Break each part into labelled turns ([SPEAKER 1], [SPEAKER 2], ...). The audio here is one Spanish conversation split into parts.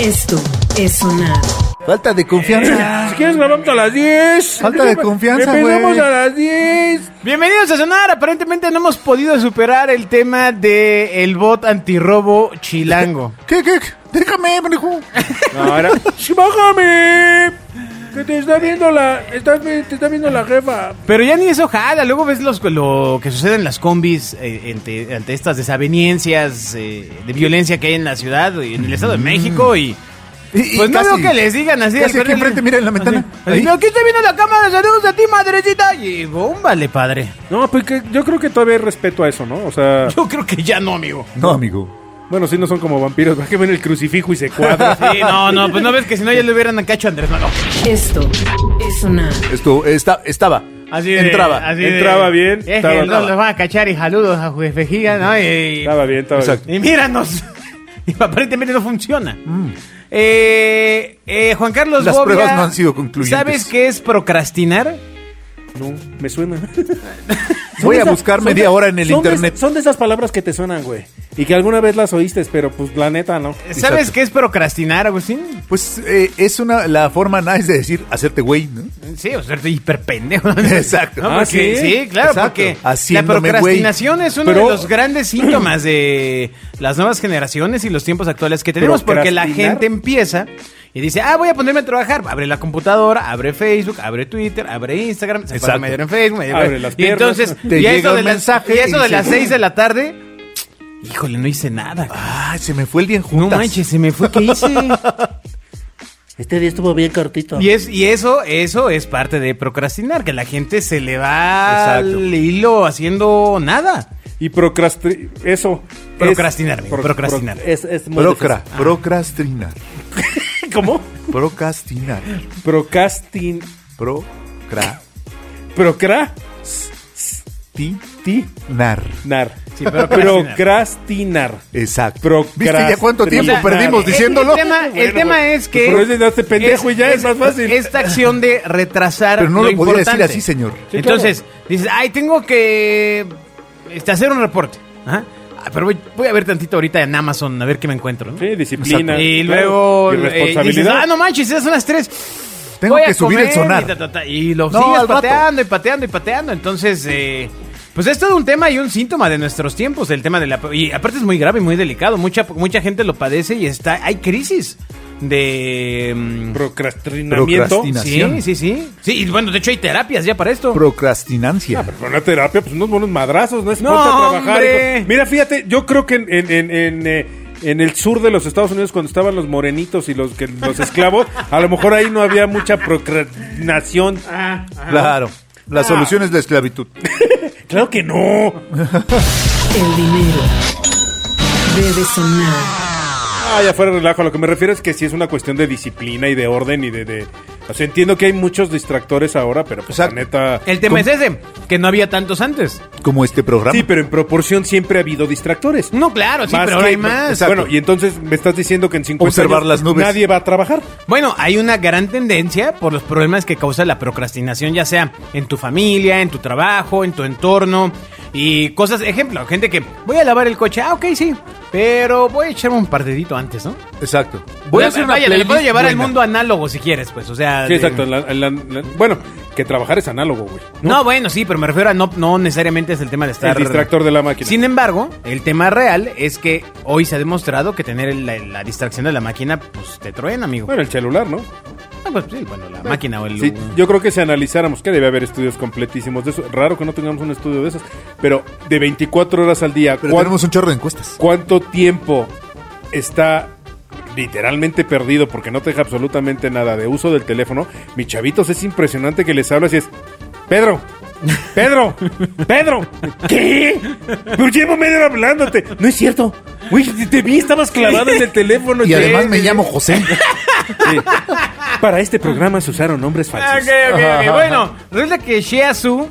[SPEAKER 1] Esto es sonar.
[SPEAKER 2] Falta de confianza.
[SPEAKER 3] Si quieres grabamos a las 10.
[SPEAKER 2] Falta de confianza, güey.
[SPEAKER 3] Empezamos a las 10.
[SPEAKER 4] Bienvenidos a Sonar. Aparentemente no hemos podido superar el tema de el bot antirrobo chilango.
[SPEAKER 2] ¿Qué, qué? Déjame, manejo.
[SPEAKER 3] Ahora, sí, bájame. Que te está viendo la está- te está viendo la jefa.
[SPEAKER 4] Pero ya ni eso jala. Luego ves los, lo que sucede en las combis eh, ante, ante estas desavenencias eh, de violencia que hay en la ciudad y en el Estado de México. Y pues no veo que les digan así.
[SPEAKER 2] Mm. Casi
[SPEAKER 4] al
[SPEAKER 2] aquí
[SPEAKER 4] correo.
[SPEAKER 2] enfrente, mira en la ventana.
[SPEAKER 4] Así, así,
[SPEAKER 2] Ahí.
[SPEAKER 4] Aquí estoy viendo la cámara de saludos a ti, madrecita. Y bómbale, padre.
[SPEAKER 3] No, pues que yo creo que todavía hay respeto a eso, ¿no? O sea,
[SPEAKER 4] Yo creo que ya no, amigo.
[SPEAKER 2] No, amigo.
[SPEAKER 3] bueno, si no son como vampiros, ¿para que ven el crucifijo y se cuadra?
[SPEAKER 4] Sí, no, no, pues no ves que si no ya le hubieran cacho a Andrés Manuel.
[SPEAKER 1] Esto es sonar.
[SPEAKER 2] Esto está, estaba.
[SPEAKER 4] Así de-
[SPEAKER 2] Entraba.
[SPEAKER 4] así de-
[SPEAKER 3] Entraba bien,
[SPEAKER 4] Es
[SPEAKER 3] estaba-
[SPEAKER 4] que no los van a cachar y saludos a Juez Vejiga, ¿no? Y,
[SPEAKER 3] estaba bien, estaba
[SPEAKER 2] Exacto.
[SPEAKER 4] y míranos. Y aparentemente no funciona. Eh, eh, Juan Carlos
[SPEAKER 2] Mm. Las
[SPEAKER 4] Bobia,
[SPEAKER 2] pruebas no han sido concluyentes.
[SPEAKER 4] ¿Sabes qué es procrastinar?
[SPEAKER 3] bien. No, me suena.
[SPEAKER 2] Voy
[SPEAKER 3] Son
[SPEAKER 2] a
[SPEAKER 3] de esas-
[SPEAKER 2] buscar
[SPEAKER 3] son
[SPEAKER 2] media
[SPEAKER 3] de-
[SPEAKER 2] hora en el
[SPEAKER 3] son de-
[SPEAKER 2] internet.
[SPEAKER 3] son de esas palabras que te suenan, güey. Y que alguna vez las oíste, pero pues la neta no.
[SPEAKER 4] ¿Sabes
[SPEAKER 2] Exacto.
[SPEAKER 4] qué es procrastinar, Agustín?
[SPEAKER 2] Pues eh, es una la forma nice de decir hacerte güey, ¿no?
[SPEAKER 4] Sí, o sea, estoy hiperpendejo.
[SPEAKER 2] Exacto.
[SPEAKER 4] No,
[SPEAKER 3] Ah,
[SPEAKER 4] porque-
[SPEAKER 3] ¿sí?
[SPEAKER 4] ¿sí? claro,
[SPEAKER 2] Exacto.
[SPEAKER 4] porque
[SPEAKER 2] Haciéndome
[SPEAKER 4] la procrastinación es uno
[SPEAKER 3] Pero-
[SPEAKER 4] de los grandes síntomas de las nuevas generaciones y los tiempos actuales que tenemos, porque la
[SPEAKER 3] Procrastinar.
[SPEAKER 4] gente empieza y dice, ah, voy a ponerme a trabajar. Abre la computadora, abre Facebook, abre Twitter, abre Instagram, se para
[SPEAKER 2] Exacto.
[SPEAKER 4] medio en Facebook. medio-
[SPEAKER 3] Abre las
[SPEAKER 4] y
[SPEAKER 3] piernas.
[SPEAKER 4] entonces,
[SPEAKER 2] Te
[SPEAKER 4] y
[SPEAKER 2] llega
[SPEAKER 4] eso,
[SPEAKER 2] un
[SPEAKER 4] de las,
[SPEAKER 2] mensaje
[SPEAKER 4] y eso
[SPEAKER 2] y
[SPEAKER 4] de
[SPEAKER 2] dices, "Mm".
[SPEAKER 4] las 6 de la tarde, híjole, no hice nada.
[SPEAKER 2] Ay, se me fue el día en
[SPEAKER 4] No
[SPEAKER 2] juntas.
[SPEAKER 4] manches, se me fue, ¿qué hice?
[SPEAKER 5] Este día estuvo bien cortito.
[SPEAKER 4] Y, es, y eso, eso es parte de procrastinar, que la gente se le va
[SPEAKER 2] Exacto.
[SPEAKER 4] al hilo haciendo nada.
[SPEAKER 3] Y procrasti... Eso. es-
[SPEAKER 4] Procrastinar, amigo, procrastinar.
[SPEAKER 5] Es, es muy
[SPEAKER 2] Procra,
[SPEAKER 4] Ah.
[SPEAKER 5] difícil.
[SPEAKER 2] procrastinar.
[SPEAKER 3] pro- ¿Cómo?
[SPEAKER 2] Procrastinar.
[SPEAKER 3] Procrastin...
[SPEAKER 2] Procrastinar.
[SPEAKER 3] Procrastinar.
[SPEAKER 4] Sí,
[SPEAKER 3] Procrastinar.
[SPEAKER 2] Exacto. ¿Viste
[SPEAKER 3] Procrastinar.
[SPEAKER 2] ya cuánto tiempo
[SPEAKER 4] O sea,
[SPEAKER 2] perdimos
[SPEAKER 4] el-
[SPEAKER 2] diciéndolo?
[SPEAKER 4] El Este tema, el tema es que.
[SPEAKER 3] Pero ese ya hace pendejo y ya es más fácil.
[SPEAKER 4] Esta acción de retrasar.
[SPEAKER 2] Pero no lo podía
[SPEAKER 4] podía
[SPEAKER 2] decir así, señor.
[SPEAKER 3] Sí,
[SPEAKER 4] Entonces, dices, ay, tengo que este, hacer un reporte. Ajá. Ah, pero voy, voy a ver tantito ahorita en Amazon, a ver qué me encuentro. ¿no?
[SPEAKER 3] Sí, disciplina.
[SPEAKER 4] Y
[SPEAKER 3] claro, y
[SPEAKER 4] luego. eh, dices,
[SPEAKER 3] responsabilidad.
[SPEAKER 4] ah, no manches, ya son las tres.
[SPEAKER 2] Tengo
[SPEAKER 4] Voy a
[SPEAKER 2] que subir
[SPEAKER 4] comer",
[SPEAKER 2] el
[SPEAKER 4] Y, ta, ta,
[SPEAKER 2] sonar.
[SPEAKER 4] ta, y lo
[SPEAKER 2] No,
[SPEAKER 4] sigues
[SPEAKER 2] al rato.
[SPEAKER 4] pateando y pateando y pateando. Entonces, eh, pues es todo un tema y un síntoma de nuestros tiempos, el tema de la... Y aparte es muy grave y muy delicado. Mucha, mucha gente lo padece y está... Hay crisis de... mm,
[SPEAKER 3] Procrastinamiento.
[SPEAKER 2] Procrastina.
[SPEAKER 4] Sí, sí, sí. Sí, y bueno, de hecho hay terapias ya para esto.
[SPEAKER 2] Procrastinancia.
[SPEAKER 3] Pero una terapia, pues unos buenos madrazos, no es
[SPEAKER 4] ¡No,
[SPEAKER 3] ponte a trabajar.
[SPEAKER 4] hombre!
[SPEAKER 3] hijo. Mira, fíjate, yo creo que en, en- en- en, eh, en el sur de los Estados Unidos, cuando estaban los morenitos y los, que, los esclavos, a lo mejor ahí no había mucha procrastinación.
[SPEAKER 4] Ah,
[SPEAKER 2] Claro. La
[SPEAKER 3] Ah.
[SPEAKER 2] solución es la esclavitud.
[SPEAKER 3] Claro que no.
[SPEAKER 1] El dinero debe sonar.
[SPEAKER 3] Ah, ya fuera de relajo. A lo que me refiero es que sí es una cuestión de disciplina y de orden y de. de- o sea, entiendo que hay muchos distractores ahora, pero pues la
[SPEAKER 2] Exacto.
[SPEAKER 3] neta.
[SPEAKER 4] El tema es ese, que no había tantos antes.
[SPEAKER 2] Como este programa.
[SPEAKER 3] Sí, pero en proporción siempre ha habido distractores.
[SPEAKER 4] No, claro, sí, pero ahora
[SPEAKER 3] que-
[SPEAKER 4] hay más.
[SPEAKER 2] Exacto.
[SPEAKER 3] Bueno, y entonces me estás diciendo que en 50
[SPEAKER 2] Observar
[SPEAKER 3] años
[SPEAKER 2] las nubes.
[SPEAKER 3] nadie va a trabajar.
[SPEAKER 4] Bueno, hay una gran tendencia por los problemas que causa la procrastinación, ya sea en tu familia, en tu trabajo, en tu entorno y cosas. Ejemplo, gente que voy a lavar el coche, ah, ok, sí, pero voy a echarme un partidito antes, ¿no?
[SPEAKER 2] Exacto. Voy a hacer una
[SPEAKER 4] Vaya, le
[SPEAKER 2] playlist
[SPEAKER 4] puedo llevar al
[SPEAKER 2] buena.
[SPEAKER 4] mundo análogo si quieres, pues, o sea.
[SPEAKER 3] Sí,
[SPEAKER 4] de-
[SPEAKER 3] exacto. en la- en la- en la- bueno, que trabajar es análogo, güey.
[SPEAKER 4] No, bueno, sí, pero me refiero a no, no necesariamente es el tema de estar.
[SPEAKER 3] El distractor de la máquina.
[SPEAKER 4] Sin embargo, el tema real es que hoy se ha demostrado que tener el- la, la distracción de la máquina, pues te truena, amigo.
[SPEAKER 3] Bueno, el celular, ¿no?
[SPEAKER 4] Ah, pues, sí, bueno, la máquina o el.
[SPEAKER 3] Sí, yo creo que si analizáramos, que debe haber estudios completísimos de eso. Raro que no tengamos un estudio de esos. Pero de 24 horas al día,
[SPEAKER 2] Pero
[SPEAKER 3] ¿cuán-
[SPEAKER 2] tenemos un chorro de encuestas.
[SPEAKER 3] ¿cuánto tiempo está literalmente perdido porque no te deja absolutamente nada de uso del teléfono? Mi chavitos, es impresionante que les hablas y es... Pedro, Pedro, Pedro, ¿qué? Pero llevo media hora hablándote. No es cierto. Uy, te- te vi, estabas clavado en el teléfono.
[SPEAKER 2] Y
[SPEAKER 3] che.
[SPEAKER 2] además me llamo José.
[SPEAKER 3] Sí. Para este programa se usaron nombres
[SPEAKER 4] Ah,
[SPEAKER 3] falsos.
[SPEAKER 4] ok, ok, ok. Bueno, resulta que Shea Su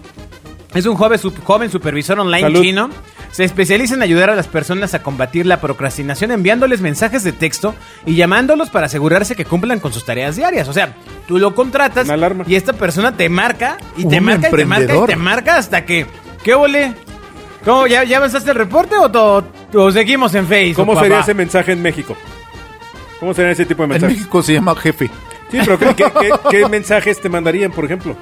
[SPEAKER 4] es un joven, sup- joven supervisor online
[SPEAKER 3] Salud.
[SPEAKER 4] chino. Se especializa en ayudar a las personas a combatir la procrastinación enviándoles mensajes de texto y llamándolos para asegurarse que cumplan con sus tareas diarias. O sea, tú lo contratas
[SPEAKER 3] Una alarma.
[SPEAKER 4] y esta persona te marca y te
[SPEAKER 2] Un
[SPEAKER 4] marca y te marca y
[SPEAKER 2] emprendedor.
[SPEAKER 4] te marca hasta que... ¿Qué ole? ¿Cómo, ya, ¿Ya avanzaste el reporte o, to- o seguimos en Facebook?
[SPEAKER 3] ¿Cómo
[SPEAKER 4] papá?
[SPEAKER 3] sería ese mensaje en México? ¿Cómo serían ese tipo de
[SPEAKER 2] En
[SPEAKER 3] mensajes?
[SPEAKER 2] México se llama jefe.
[SPEAKER 3] Sí, pero ¿qué, qué- qué- qué mensajes te mandarían, por ejemplo?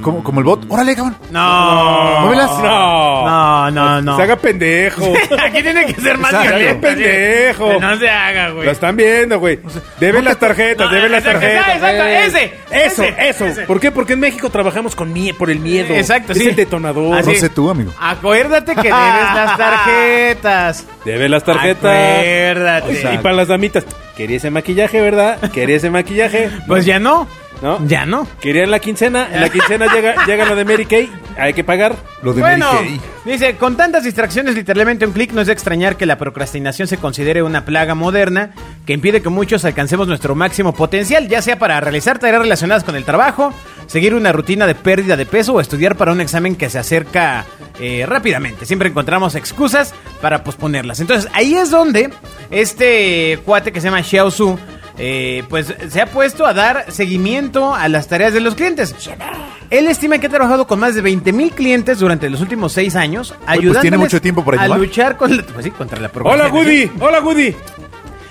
[SPEAKER 2] Como, como el bot. Órale, cabrón.
[SPEAKER 4] No.
[SPEAKER 2] Muévelas.
[SPEAKER 3] No.
[SPEAKER 4] No, no, no.
[SPEAKER 3] Se haga pendejo.
[SPEAKER 4] Aquí tiene que ser más
[SPEAKER 2] Exacto.
[SPEAKER 4] violento.
[SPEAKER 3] Pendejo.
[SPEAKER 4] Que No se haga, güey.
[SPEAKER 3] Lo están viendo, güey. Deben las tarjetas,
[SPEAKER 4] No,
[SPEAKER 3] deben las
[SPEAKER 4] exacto,
[SPEAKER 3] tarjetas.
[SPEAKER 4] exacto, ese,
[SPEAKER 3] Eso,
[SPEAKER 4] ese,
[SPEAKER 3] eso.
[SPEAKER 4] ese.
[SPEAKER 3] ¿Por qué? Porque en México trabajamos con mie por el miedo.
[SPEAKER 4] Exacto,
[SPEAKER 3] es
[SPEAKER 4] sí.
[SPEAKER 3] el detonador.
[SPEAKER 4] Así
[SPEAKER 2] No sé tú, amigo.
[SPEAKER 4] Acuérdate que debes las tarjetas.
[SPEAKER 3] Debe las tarjetas.
[SPEAKER 4] Acuérdate.
[SPEAKER 3] Y para las damitas. Quería ese maquillaje, ¿verdad? Quería ese maquillaje.
[SPEAKER 4] Pues ya no.
[SPEAKER 3] ¿No?
[SPEAKER 4] Ya no.
[SPEAKER 3] Quería la quincena. En la quincena llega, llega lo de Mary Kay. Hay que pagar.
[SPEAKER 2] Lo de
[SPEAKER 4] bueno,
[SPEAKER 2] Mary Kay.
[SPEAKER 4] dice, con tantas distracciones literalmente un clic, no es de extrañar que la procrastinación se considere una plaga moderna que impide que muchos alcancemos nuestro máximo potencial, ya sea para realizar tareas relacionadas con el trabajo, seguir una rutina de pérdida de peso o estudiar para un examen que se acerca eh, rápidamente. Siempre encontramos excusas para posponerlas. Entonces, ahí es donde este cuate que se llama Xiaozu, eh, pues se ha puesto a dar seguimiento a las tareas de los clientes. Él estima que ha trabajado con más de 20 mil clientes durante los últimos seis años,
[SPEAKER 3] pues
[SPEAKER 4] ayudándoles
[SPEAKER 2] tiene mucho tiempo para
[SPEAKER 4] a
[SPEAKER 2] llevar.
[SPEAKER 4] luchar con la- pues sí, contra la
[SPEAKER 3] Hola,
[SPEAKER 4] procrastinación.
[SPEAKER 3] Woody. Hola, Woody.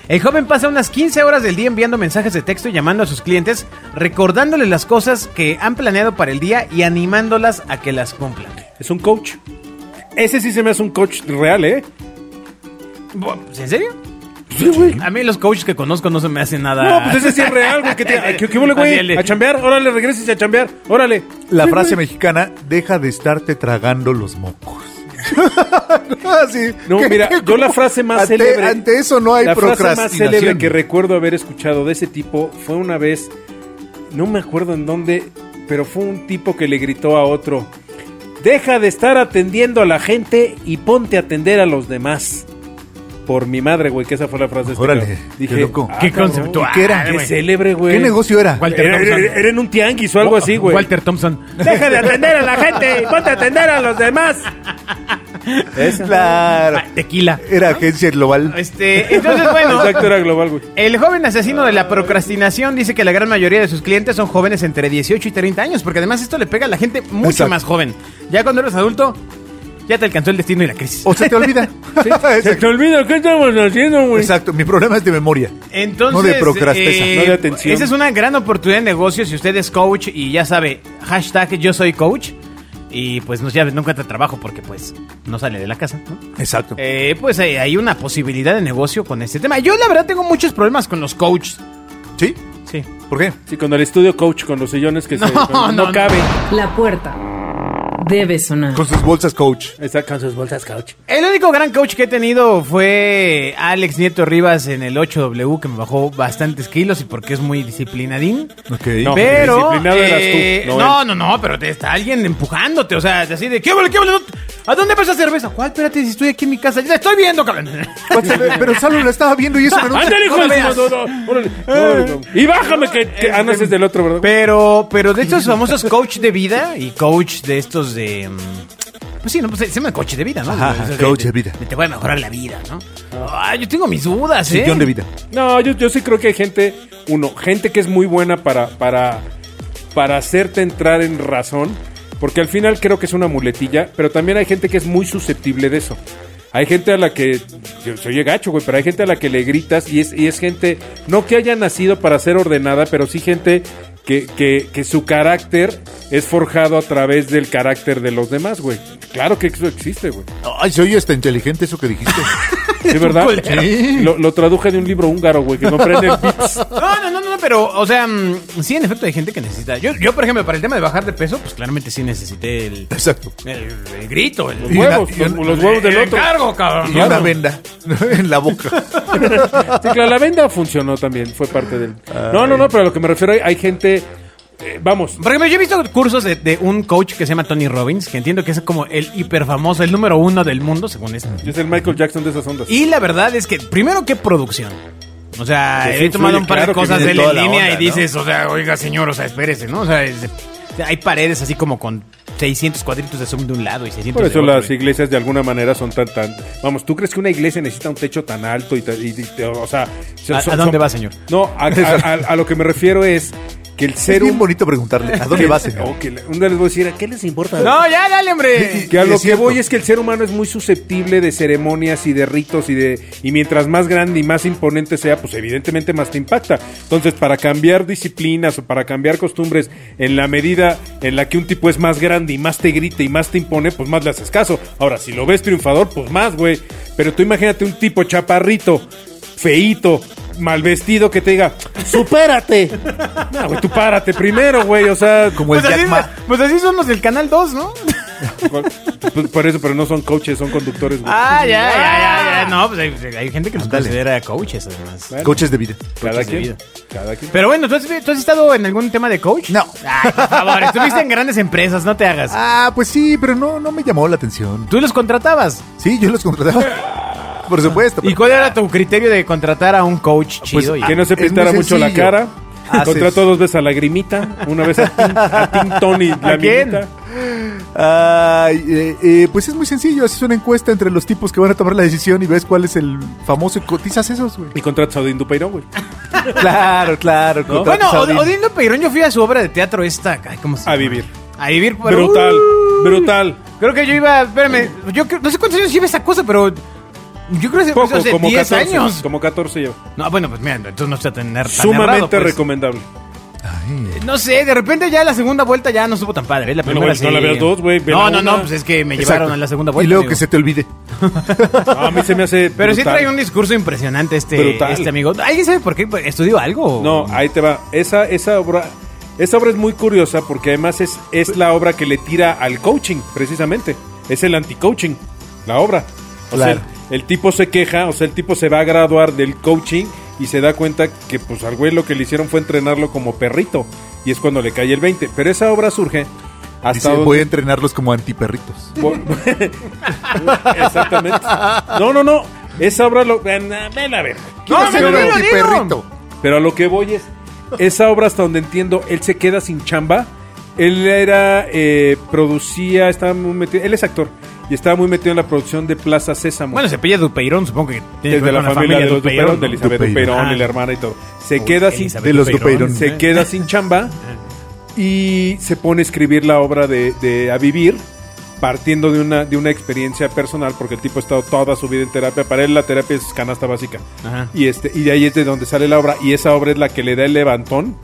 [SPEAKER 4] El joven pasa unas 15 horas del día enviando mensajes de texto y llamando a sus clientes, recordándoles las cosas que han planeado para el día y animándolas a que las cumplan.
[SPEAKER 3] Es un coach. Ese sí se me hace un coach real, ¿eh?
[SPEAKER 4] Bu- pues, ¿En serio? A mí los coaches que conozco no se me hacen nada.
[SPEAKER 2] Ah.
[SPEAKER 3] No, pues ese sí es real, güey. ¿Qué, te- ¿Qué, qué huele,
[SPEAKER 4] Así
[SPEAKER 3] güey?
[SPEAKER 4] es.
[SPEAKER 3] A chambear. Órale, regreses a chambear. Órale.
[SPEAKER 2] La
[SPEAKER 3] Sí,
[SPEAKER 2] frase
[SPEAKER 3] güey.
[SPEAKER 2] mexicana, deja de estarte tragando los mocos. Así.
[SPEAKER 3] No,
[SPEAKER 2] ¿Qué-
[SPEAKER 3] mira,
[SPEAKER 2] qué-
[SPEAKER 3] yo la
[SPEAKER 2] cómo?
[SPEAKER 3] frase más
[SPEAKER 2] ante,
[SPEAKER 3] célebre.
[SPEAKER 2] Ante eso no hay
[SPEAKER 3] la
[SPEAKER 2] procrastinación.
[SPEAKER 3] frase más célebre que recuerdo haber escuchado de ese tipo fue una vez, no me acuerdo en dónde, pero fue un tipo que le gritó a otro: Deja de estar atendiendo a la gente y ponte a atender a los demás. Por mi madre, güey, que esa fue la frase. de este
[SPEAKER 2] Órale,
[SPEAKER 3] cabrón.
[SPEAKER 2] qué loco.
[SPEAKER 4] Qué
[SPEAKER 3] Ah, cabrón,
[SPEAKER 4] conceptual,
[SPEAKER 2] ¿Y qué era?
[SPEAKER 3] Qué
[SPEAKER 4] Eh, güey.
[SPEAKER 3] célebre, güey.
[SPEAKER 2] ¿Qué negocio era?
[SPEAKER 4] ¿Cuál-
[SPEAKER 3] Era, era- era en un tianguis o algo así, güey.
[SPEAKER 4] Ah, Walter Thompson.
[SPEAKER 3] Deja de atender a la gente y ponte a atender a los demás.
[SPEAKER 2] Claro.
[SPEAKER 4] Ah, Tequila.
[SPEAKER 2] Era agencia global.
[SPEAKER 4] Este, entonces, bueno.
[SPEAKER 3] Exacto, era global, güey.
[SPEAKER 4] El joven asesino de la procrastinación dice que la gran mayoría de sus clientes son jóvenes entre 18 y 30 años, porque además esto le pega a la gente mucho
[SPEAKER 2] Exacto.
[SPEAKER 4] más joven. Ya cuando eres adulto, ya te alcanzó el destino y la crisis.
[SPEAKER 2] O se te olvida.
[SPEAKER 3] Se te
[SPEAKER 2] Exacto.
[SPEAKER 3] olvida qué estamos haciendo, güey.
[SPEAKER 2] Exacto, mi problema es de memoria.
[SPEAKER 4] Entonces,
[SPEAKER 2] No
[SPEAKER 4] eh,
[SPEAKER 2] de procrasteza.
[SPEAKER 3] no de atención.
[SPEAKER 4] Esa es una gran oportunidad de negocio si usted es coach y ya sabe, hashtag yo soy coach. Y pues no, ya nunca te trabajo porque pues no sale de la casa, ¿no?
[SPEAKER 2] Exacto.
[SPEAKER 4] Eh, pues hay, hay una posibilidad de negocio con este tema. Yo la verdad tengo muchos problemas con los coaches.
[SPEAKER 2] ¿Sí?
[SPEAKER 4] Sí.
[SPEAKER 2] ¿Por qué?
[SPEAKER 3] Sí, con el estudio coach, con los sillones que
[SPEAKER 4] No,
[SPEAKER 3] se, con- no,
[SPEAKER 4] no, no.
[SPEAKER 3] cabe.
[SPEAKER 1] La puerta debe sonar.
[SPEAKER 2] Con sus bolsas coach.
[SPEAKER 3] Está con
[SPEAKER 5] Con sus bolsas couch.
[SPEAKER 4] El único gran coach que he tenido fue Alex Nieto Rivas en el 8W, que me bajó bastantes kilos y porque es muy disciplinadín.
[SPEAKER 2] Ok.
[SPEAKER 3] No.
[SPEAKER 4] pero.
[SPEAKER 3] disciplinado eras tú,
[SPEAKER 4] eh,
[SPEAKER 3] no
[SPEAKER 4] no,
[SPEAKER 3] él.
[SPEAKER 4] no, no, pero te está alguien empujándote. O sea, así de. ¿Qué vale, qué vale? no- ¿A dónde vas a cerveza? ¿Cuál? Espérate, si estoy aquí en mi casa. Ya la estoy viendo, cabrón.
[SPEAKER 2] Pues, pero Salo la estaba viendo y eso me enoja.
[SPEAKER 3] ¡Ándale, hijo
[SPEAKER 4] No
[SPEAKER 3] de
[SPEAKER 4] la veas.
[SPEAKER 3] su- no, no, órale. Órale, cabrón. Y bájame que, que ah, no, ese es del otro, ¿verdad?
[SPEAKER 4] Pero, pero de estos famosos coach de vida y coach de estos de. mm, Pues sí, no, pues se llama coach de vida, ¿no?
[SPEAKER 2] Ajá,
[SPEAKER 4] O sea,
[SPEAKER 2] coach de vida.
[SPEAKER 4] Te voy a mejorar la vida, ¿no? Ay, yo tengo mis dudas, ¿eh?
[SPEAKER 2] Sillón de vida.
[SPEAKER 3] No, yo, yo sí creo que hay gente, uno, gente que es muy buena para, para, para hacerte entrar en razón, porque al final creo que es una muletilla, pero también hay gente que es muy susceptible de eso. Hay gente a la que, yo- se oye gacho, güey, pero hay gente a la que le gritas y es, y es gente, no que haya nacido para ser ordenada, pero sí gente que, que, que su carácter es forjado a través del carácter de los demás, güey. Claro que eso existe, güey.
[SPEAKER 2] Ay, se oye hasta inteligente eso que dijiste.
[SPEAKER 3] ¿Es verdad?
[SPEAKER 4] culero.
[SPEAKER 2] Sí.
[SPEAKER 3] Lo, lo traduje de un libro húngaro, güey, que comprende el Vips.
[SPEAKER 4] No, no, no, no, no, pero, o sea, mm, sí, en efecto, hay gente que necesita. Yo, yo, por ejemplo, para el tema de bajar de peso, pues claramente sí necesité el,
[SPEAKER 2] Exacto.
[SPEAKER 4] el- el grito, el,
[SPEAKER 3] Los huevos,
[SPEAKER 2] Y una- y
[SPEAKER 3] los,
[SPEAKER 2] una-
[SPEAKER 3] los huevos del
[SPEAKER 4] el
[SPEAKER 3] otro.
[SPEAKER 4] encargo, cabrón.
[SPEAKER 2] Y una venda en la boca.
[SPEAKER 3] Sí, claro, la venda funcionó también, fue parte del... No, no, no, pero a lo que me refiero, hay, hay gente... eh, vamos,
[SPEAKER 4] Por ejemplo, yo he visto cursos de, de un coach que se llama Tony Robbins, que entiendo que es como el hiper famoso, el número uno del mundo, según esto.
[SPEAKER 3] es el Michael Jackson de esas ondas.
[SPEAKER 4] Y la verdad es que, primero, qué producción. O sea,
[SPEAKER 3] Sí, sí,
[SPEAKER 4] he tomado
[SPEAKER 3] influye,
[SPEAKER 4] un par de
[SPEAKER 3] claro que
[SPEAKER 4] cosas
[SPEAKER 3] viene
[SPEAKER 4] de él
[SPEAKER 2] toda
[SPEAKER 4] en
[SPEAKER 2] la
[SPEAKER 4] línea
[SPEAKER 2] onda,
[SPEAKER 4] y
[SPEAKER 2] ¿no?
[SPEAKER 4] dices, o sea, oiga, señor, o sea, espérese, ¿no? O sea, es- o sea, hay paredes así como con 600 cuadritos de zoom de un lado y 600
[SPEAKER 3] Por eso
[SPEAKER 4] de otro.
[SPEAKER 3] las iglesias de alguna manera son tan, tan... Vamos, ¿tú crees que una iglesia necesita un techo tan alto y... ta- y- y- o sea...
[SPEAKER 4] ¿A- a dónde va, señor?
[SPEAKER 3] No, a, a- a- a lo que me refiero es... que el
[SPEAKER 2] Es
[SPEAKER 3] ser
[SPEAKER 2] bien
[SPEAKER 3] humano...
[SPEAKER 2] bonito preguntarle, ¿a dónde va, señor?
[SPEAKER 3] un día les voy a decir, ¿a qué
[SPEAKER 5] ¿Qué les importa?
[SPEAKER 4] No, ya, dale, hombre.
[SPEAKER 3] Que a
[SPEAKER 2] Y
[SPEAKER 3] lo
[SPEAKER 2] es
[SPEAKER 3] que
[SPEAKER 2] cierto.
[SPEAKER 3] voy es que el ser humano es muy susceptible de ceremonias y de ritos y de y mientras más grande y más imponente sea, pues evidentemente más te impacta. Entonces, para cambiar disciplinas o para cambiar costumbres en la medida en la que un tipo es más grande y más te grita y más te impone, pues más le haces caso. Ahora, si lo ves triunfador, pues más, güey. Pero tú imagínate un tipo chaparrito, feíto, mal vestido que te diga,
[SPEAKER 5] ¡Supérate!
[SPEAKER 3] no, güey, tú párate primero, güey, o sea,
[SPEAKER 2] Como el
[SPEAKER 4] Pues así,
[SPEAKER 2] Jack Ma.
[SPEAKER 4] pues así son los del Canal 2, ¿no?
[SPEAKER 3] por, pues, por eso, pero no son coaches, son conductores, güey.
[SPEAKER 4] Ah, ya, ya, ya, ya. No, pues hay, hay gente que nos
[SPEAKER 2] Ándale.
[SPEAKER 4] considera coaches, además.
[SPEAKER 3] Bueno,
[SPEAKER 2] Coches de vida.
[SPEAKER 3] cada
[SPEAKER 4] coaches de
[SPEAKER 3] quien,
[SPEAKER 4] vida.
[SPEAKER 3] cada quien.
[SPEAKER 4] Pero bueno, ¿tú has, tú has estado en algún tema de coach?
[SPEAKER 2] No.
[SPEAKER 4] Ay, por favor, estuviste en grandes empresas, no te hagas.
[SPEAKER 2] Ah, pues sí, pero no, no me llamó la atención.
[SPEAKER 4] Tú los contratabas.
[SPEAKER 2] Sí, yo los contrataba. Por supuesto.
[SPEAKER 4] ¿Y
[SPEAKER 2] pero-
[SPEAKER 4] cuál era tu criterio de contratar a un
[SPEAKER 3] Ah,
[SPEAKER 4] coach
[SPEAKER 2] Pues,
[SPEAKER 4] chido? y-
[SPEAKER 3] Que no se
[SPEAKER 2] Es muy
[SPEAKER 3] pintara mucho la
[SPEAKER 2] sencillo. Ah,
[SPEAKER 3] cara.
[SPEAKER 2] Haces-
[SPEAKER 3] Contrató dos veces a Lagrimita, una vez a Tim, a Tim Tony
[SPEAKER 4] ¿A quién?
[SPEAKER 3] Laminita.
[SPEAKER 2] Ay, eh, eh, pues es muy sencillo. Haces una encuesta entre los tipos que van a tomar la decisión y ves cuál es el famoso y cotizas esos, güey.
[SPEAKER 3] Y contratas a Odín Dupeirón, güey.
[SPEAKER 4] Ah,
[SPEAKER 2] Claro, claro.
[SPEAKER 4] Bueno,
[SPEAKER 2] contratas a
[SPEAKER 4] Od-
[SPEAKER 2] Odín.
[SPEAKER 4] Odindo Peirón, yo fui a su obra de teatro esta. ay, ¿cómo se
[SPEAKER 3] A
[SPEAKER 4] llama?
[SPEAKER 3] vivir.
[SPEAKER 4] A vivir. pero-
[SPEAKER 3] Brutal, brutal.
[SPEAKER 4] Creo que yo iba, espérame, yo creo- no sé cuántos años lleva esa cosa, pero yo creo que
[SPEAKER 3] Poco,
[SPEAKER 4] Pues hace
[SPEAKER 3] como
[SPEAKER 4] 10
[SPEAKER 3] 14.
[SPEAKER 4] años.
[SPEAKER 3] Como 14 lleva.
[SPEAKER 4] No, bueno, pues mira, entonces no está tan, tan errado,
[SPEAKER 3] Sumamente
[SPEAKER 4] pues.
[SPEAKER 3] recomendable.
[SPEAKER 4] No sé, de repente ya la segunda vuelta ya no estuvo tan padre. ¿eh? La
[SPEAKER 3] Bueno,
[SPEAKER 4] primera
[SPEAKER 3] güey, no la veas dos, güey, ve
[SPEAKER 4] No,
[SPEAKER 3] la
[SPEAKER 4] no,
[SPEAKER 3] una.
[SPEAKER 4] no, pues es que me
[SPEAKER 2] Exacto.
[SPEAKER 4] llevaron a la segunda vuelta.
[SPEAKER 2] Y luego
[SPEAKER 4] digo.
[SPEAKER 2] que se te olvide.
[SPEAKER 3] No, a mí se me hace.
[SPEAKER 4] Pero sí
[SPEAKER 3] brutal.
[SPEAKER 4] trae un discurso impresionante este,
[SPEAKER 3] Brutal.
[SPEAKER 4] este amigo. ¿Alguien sabe por qué estudió algo?
[SPEAKER 3] No, ahí te va. Esa, esa obra. Esa obra es muy curiosa porque además es, es la obra que le tira al coaching, precisamente. Es el anti-coaching, la obra. O
[SPEAKER 2] Claro.
[SPEAKER 3] sea, el, el tipo se queja, o sea, el tipo se va a graduar del coaching y se da cuenta que pues al güey lo que le hicieron fue entrenarlo como perrito. Y es cuando le cae el 20. Pero esa obra surge hasta
[SPEAKER 2] Dice,
[SPEAKER 3] donde-
[SPEAKER 2] voy a entrenarlos como antiperritos.
[SPEAKER 3] por- Exactamente. No, no, no. Esa obra lo... Ven a ver.
[SPEAKER 4] No,
[SPEAKER 2] Quiero ser
[SPEAKER 4] no,
[SPEAKER 2] un
[SPEAKER 4] no, no, no.
[SPEAKER 2] antiperrito.
[SPEAKER 3] Pero a lo que voy es, esa obra hasta donde entiendo, él se queda sin chamba. Él era, eh, producía, estaba muy metido, él es actor y estaba muy metido en la producción de Plaza Sésamo.
[SPEAKER 4] Bueno, se pilla Dupeirón, supongo que tiene que
[SPEAKER 3] desde
[SPEAKER 4] ver
[SPEAKER 3] la
[SPEAKER 4] con
[SPEAKER 3] familia, de los
[SPEAKER 4] Dupeirón,
[SPEAKER 3] Duperón, de
[SPEAKER 4] ¿no?
[SPEAKER 3] Elizabeth
[SPEAKER 2] Dupeirón.
[SPEAKER 3] Duperón,
[SPEAKER 4] Ah.
[SPEAKER 3] y la hermana y todo. Se
[SPEAKER 4] Uy,
[SPEAKER 3] queda sin,
[SPEAKER 4] Elizabeth
[SPEAKER 2] de los Dupeirón.
[SPEAKER 4] ¿eh? Ah.
[SPEAKER 3] se queda sin chamba y se pone a escribir la obra de, de A Vivir partiendo de una, de una experiencia personal porque el tipo ha estado toda su vida en terapia. Para él la terapia es canasta básica.
[SPEAKER 4] Ajá.
[SPEAKER 3] Y, este, y de ahí es de donde sale la obra y esa obra es la que le da el levantón